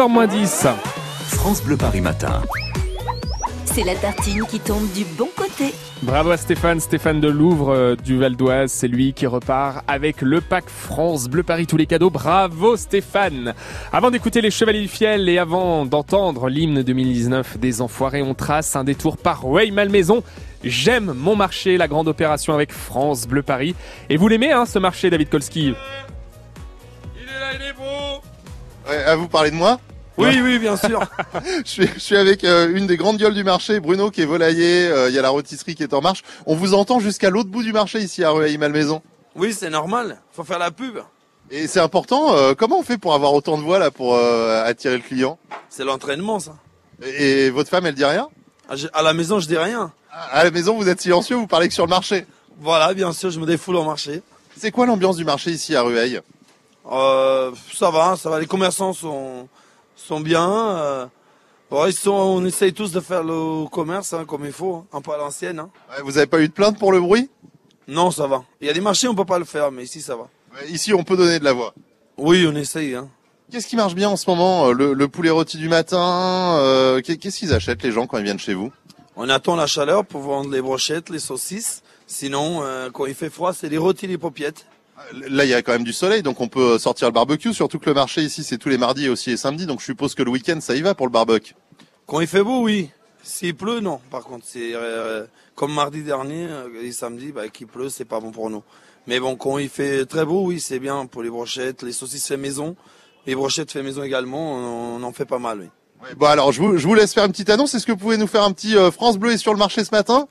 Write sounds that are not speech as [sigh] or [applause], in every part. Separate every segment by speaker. Speaker 1: 9h10.
Speaker 2: France Bleu Paris Matin.
Speaker 3: C'est la tartine qui tombe du bon côté.
Speaker 1: Bravo à Stéphane, Stéphane de Louvre euh, du Val d'Oise, c'est lui qui repart avec le pack France Bleu Paris tous les cadeaux. Bravo Stéphane. Avant d'écouter les Chevaliers du Fiel et avant d'entendre l'hymne 2019 des Enfoirés, on trace un détour par Rueil-Malmaison. J'aime mon marché, la grande opération avec France Bleu Paris. Et vous l'aimez hein, ce marché David Kolski
Speaker 4: Il est là, il est beau
Speaker 5: Ouais, à vous parler de moi
Speaker 4: Oui, oui, bien sûr
Speaker 5: je suis, je suis avec euh, une des grandes gueules du marché, Bruno qui est volailler, euh, il y a la rôtisserie qui est en marche. On vous entend jusqu'à l'autre bout du marché ici à Rueil-Malmaison.
Speaker 4: Oui, c'est normal, faut faire la pub.
Speaker 5: Et c'est important, euh, comment on fait pour avoir autant de voix là pour euh, attirer le client
Speaker 4: C'est l'entraînement, ça.
Speaker 5: Et votre femme, elle dit rien
Speaker 4: À je- À la maison, je dis rien.
Speaker 5: À la maison, vous êtes silencieux, vous parlez que sur le marché.
Speaker 4: Voilà, bien sûr, je me défoule au marché.
Speaker 5: C'est quoi l'ambiance du marché ici à Rueil
Speaker 4: Euh, ça va, ça va, les commerçants sont, sont bien. euh, bon, ils sont, on essaye tous de faire le commerce hein, comme il faut, hein, un peu à l'ancienne. hein.
Speaker 5: Ouais, Vous avez pas eu de plainte pour le bruit
Speaker 4: Non, ça va. Il y a des marchés, on peut pas le faire, mais ici, ça va.
Speaker 5: Ouais, Ici, on peut donner de la voix.
Speaker 4: Oui, on essaye. Hein.
Speaker 5: Qu'est-ce qui marche bien en ce moment Euh, le, le poulet rôti du matin euh, qu'est- Qu'est-ce qu'ils achètent les gens quand ils viennent chez vous
Speaker 4: On attend la chaleur pour vendre les brochettes, les saucisses. Sinon, euh, quand il fait froid, c'est les rôtis, les paupiettes.
Speaker 5: Là, il y a quand même du soleil, donc on peut sortir le barbecue. Surtout que le marché ici, c'est tous les mardis et aussi les samedis, donc je suppose que le week-end, ça y va pour le barbecue.
Speaker 4: Quand il fait beau, oui. S'il pleut, non. Par contre, c'est euh, comme mardi dernier euh, et samedi, bah, qu'il pleut, c'est pas bon pour nous. Mais bon, quand il fait très beau, oui, c'est bien pour les brochettes, les saucisses fait maison, les brochettes fait maison également. On, on en fait pas mal, oui.
Speaker 5: Ouais, Bon, alors je vous, je vous laisse faire une petite annonce. Est-ce que vous pouvez nous faire un petit euh, France Bleu est sur le marché ce matin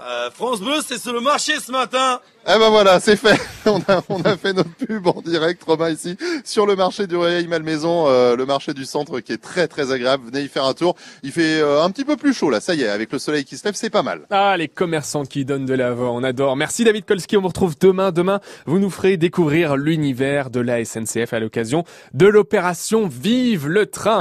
Speaker 4: Euh, France Bleu, c'est sur le marché ce matin.
Speaker 5: Eh ben voilà, c'est fait. [laughs] On a, on a fait notre pub en direct, Romain, ici, sur le marché du Réveil Malmaison, euh, le marché du centre qui est très très agréable. Venez y faire un tour. Il fait euh, un petit peu plus chaud là, ça y est, avec le soleil qui se lève, c'est pas mal.
Speaker 1: Ah, les commerçants qui donnent de la voix, on adore. Merci David Kolski, on vous retrouve demain. Demain, vous nous ferez découvrir l'univers de la SNCF à l'occasion de l'opération Vive le train.